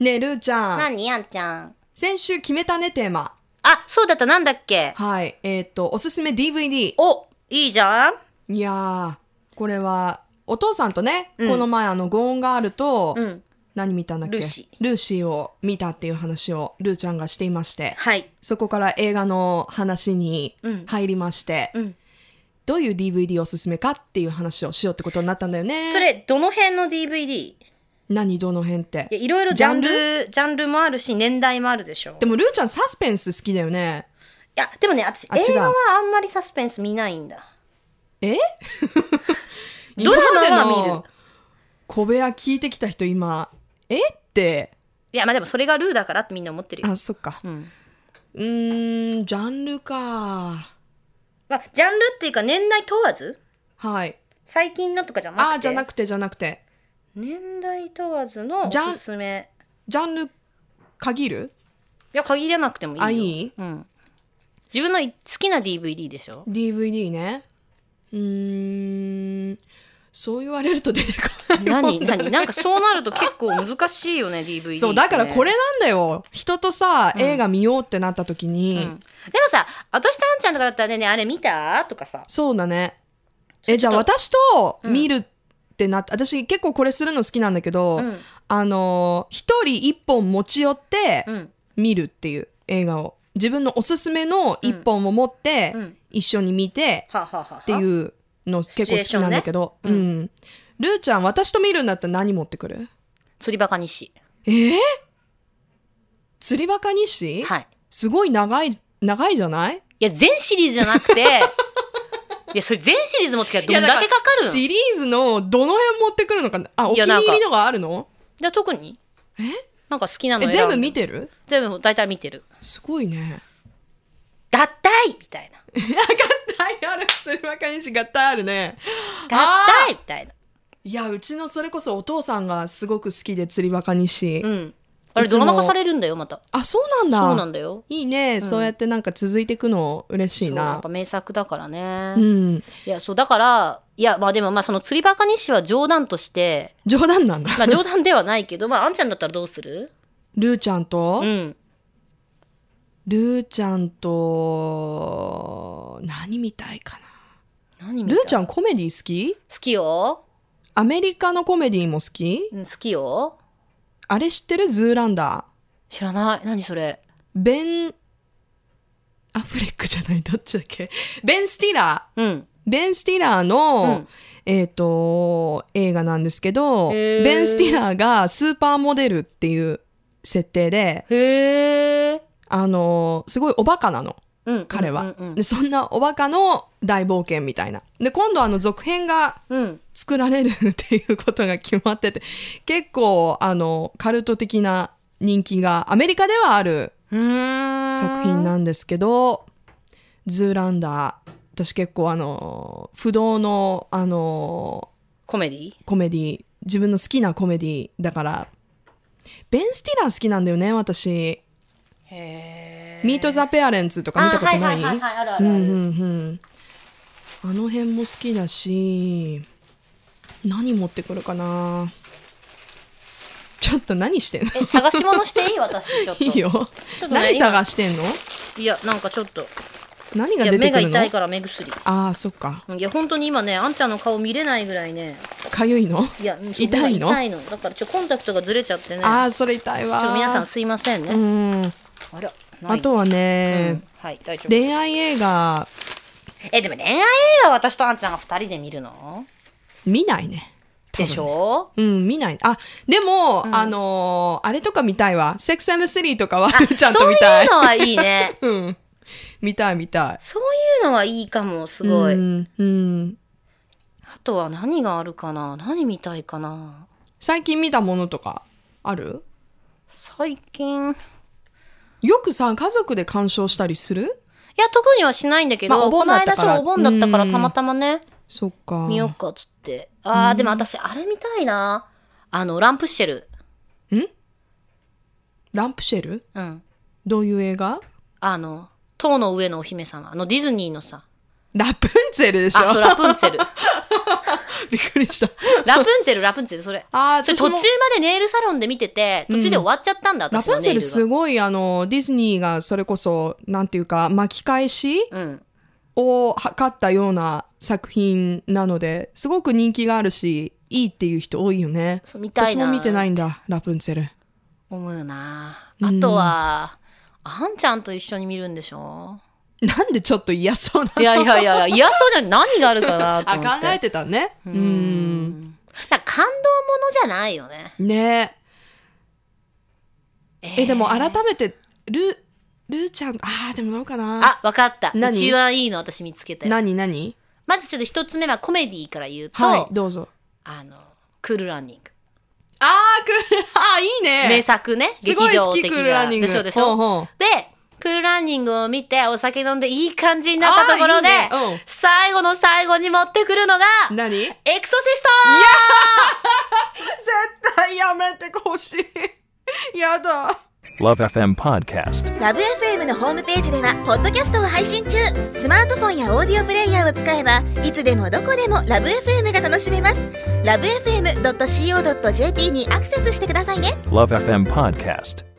ねえるーちゃん何やんちゃん。先週決めたねテーマあ、そうだった、なんだっけ。はいえーっとおすすめ DVD お、いいじゃん。いやーこれはお父さんとね、うんこの前あのゴーンガールと、うん。何見たんだっけルーシルーシーを見たっていう話をルーちゃんがしていましてはい。そこから映画の話にうん入りまして、うん。どういう DVD おすすめかっていう話をしようってことになったんだよねそれ、どの辺の DVD? い何どの辺ってやいろいろジャンルジャンルもあるし、年代もあるでしょ。でいもルーちゃんサスペンス好きだよねや、でもね、私、あ違う映画はあんまりサスペンス見ないんだ。えドラマは見る今までの小部屋聞いてきた人今えっていや、まあでもそれがルーだからってみんな思ってるよ。あそっかうん。うーんジャンルかまあ、ジャンルっていうか年代問わずはい最近のとかじゃなくて。あじゃなくてじゃなくて年代問わずのおジャンすすめ。ジャンル限るいや、限らなくてもいいよ。あいいうん。自分のい好きな DVD でしょ DVD ねうーんそう言われると出てこ ない何何なんかそうなると結構難しいよね DVD ってねそうだからこれ、れなんだよ人とさ、映画見ようってなった時に、うんでもさ私とあんちゃんとかだったらねねあれ見たとかさそうだねえじゃあ私と見るってなった、私結構これするの好きなんだけど、うんあのー一人一本持ち寄ってうん見るっていう映画を自分のおすすめの一本を持ってうん一緒に見てはあ、はあはあはあっていうの結構好きなんだけど、シチュエーションうん、ルーちゃん私と見るんだったら何持ってくる釣りバカにしえー、釣りバカ日誌、はいすごい長い長いじゃないいや全シリーズじゃな くていやそれ全シリーズ持ってきたらどんだけかかるのシリーズのどの辺持ってくるのかなあおい気にやなんか入りのがあるのじゃあ特にえなんか好きなえの全部見ててる全部大体見てるすごい ね合体みたいな合体ある釣りバカ日誌合体あるね合あ体みたいないやうちのそれこそお父さんがすごく好きで釣りバカ日誌、うんあれいつドもラマ化されるんだよまたあそうなんだそうなんだよいいね、そうやってなんか続いていくの嬉しいそうやっなぱ名作だからねうんいやそうだからいやまあでもまあその釣りバカ日誌は冗談として、冗談なんだ、まあ、冗談ではないけどまああんちゃんだったらどう するルーちゃんと、うんルーちゃんと何見たいか何な見たルーちゃんんコメディ好き好きよ、アメリカのコメディも好きうん、好きよあれ知ってるズーランダー知らない何それベンアフレックじゃないどっちだっけベン・スティラうんーベン・スティラーの、うんえっ、と映画なんですけどへーベン・スティラーがスーパーモデルっていう設定でへえあのすごいおバカなのうん彼は、うんうんでそんなおバカの大冒険みたいなで今度あの続編がうん、うん作られるっていうことが決まってて結構あのカルト的な人気がアメリカではあるうーん作品なんですけど「ズーランダー」私結構あの不動のあのコメディコメディ自分の好きなコメディだからベン・スティラー好きなんだよね私へ「ミート・ザ・ペアレンツ」とか見たことないはいはいはい、はい、あるあうるあんる、うんうんあの辺も好きだし何持ってくるかなちょっと何してんのえ探し物していい私ちょっ といいよちょっとね何今探してんのいやなんかちょっと何いがや出て目くがるの痛いから目薬ああそっかいや本当に今ねあんちゃんの顔見れないぐらいねかゆいのいや、うん痛いそう目のが痛いの。だから、ちょ、コンタクトがずれちゃってね。ちあょあそれ痛いわっと皆さんすいませんね。うんあら、ないあとはうねん、はい、大丈夫。恋愛映画え、でも恋愛映画は私とあんちゃんが二人で見るの見ないね多分でし ょうん見ないあでも、うんあのーあれとか見たいわ「セックス・アンド・シリー」とかはあ ちゃんと見たいそういうのはい いね。うん見たい見たいそういうのはいいかも、すごうい。んうんあとは何があるかな何見たいかな最近見たものとかある最近。いよくさ家族で鑑賞したりするや、特にはしないんだけど、まあお盆このだった間かそうらお盆だったかうらんたまたまね、そっか見よっかっつって。あー、でも私、あれ見たいな。あの、ランプシェル。ランプシェルうん。どういう映画あの、塔の上のお姫様、あのディズニーのさ、ラプンツェルでしょあ、そう、ラプンツェル。 びっくりした。ラプンツェル、ラプンツェル、それ。あーそれ私途も中までネイルサロンで見てて、途中で終わっちゃったんだ、ラ私プのンツネェイルルが。すごいあのディズニーがそれこそなんていうか巻き返しうん。を図ったような作品なのですごく人気があるしいいっていう人多いよねそう見たい私な。も見てないんだラプンツェル思うな。あとは、あんちゃんと一緒に見るんでしょなんでちょっと嫌そうないやいやいや、 嫌そうじゃん。何があるかなとあ思って。考えてたねううんん。だから感動ものじゃないよね。ねえええでもあ改めてルルーちゃんあーでもどうかなあ、わかった。何一番いいの私見つけたよ。何何まずちょっと一つ目はコメディから言うと、はいどうぞあの、クールランニング。あーくるあーいいね名作ね。すごい劇場好き的クールラな。ンニングでしょでしほうょ。ほうで、クールランニングを見て、お酒飲んでいい感じになったところで、あーいいね最後の最後に持ってくるのが、うん 何エクソシスト絶対やめてほしい。やだ。 Love FM Podcast. ラブ f m のホームページではポッドキャストを配信中スマートフォンやオーディオプレイヤーを使えばいつでもどこでもラブ f m が楽しめますラブ FM.co.jp にアクセスしてくださいね Love FM Podcast.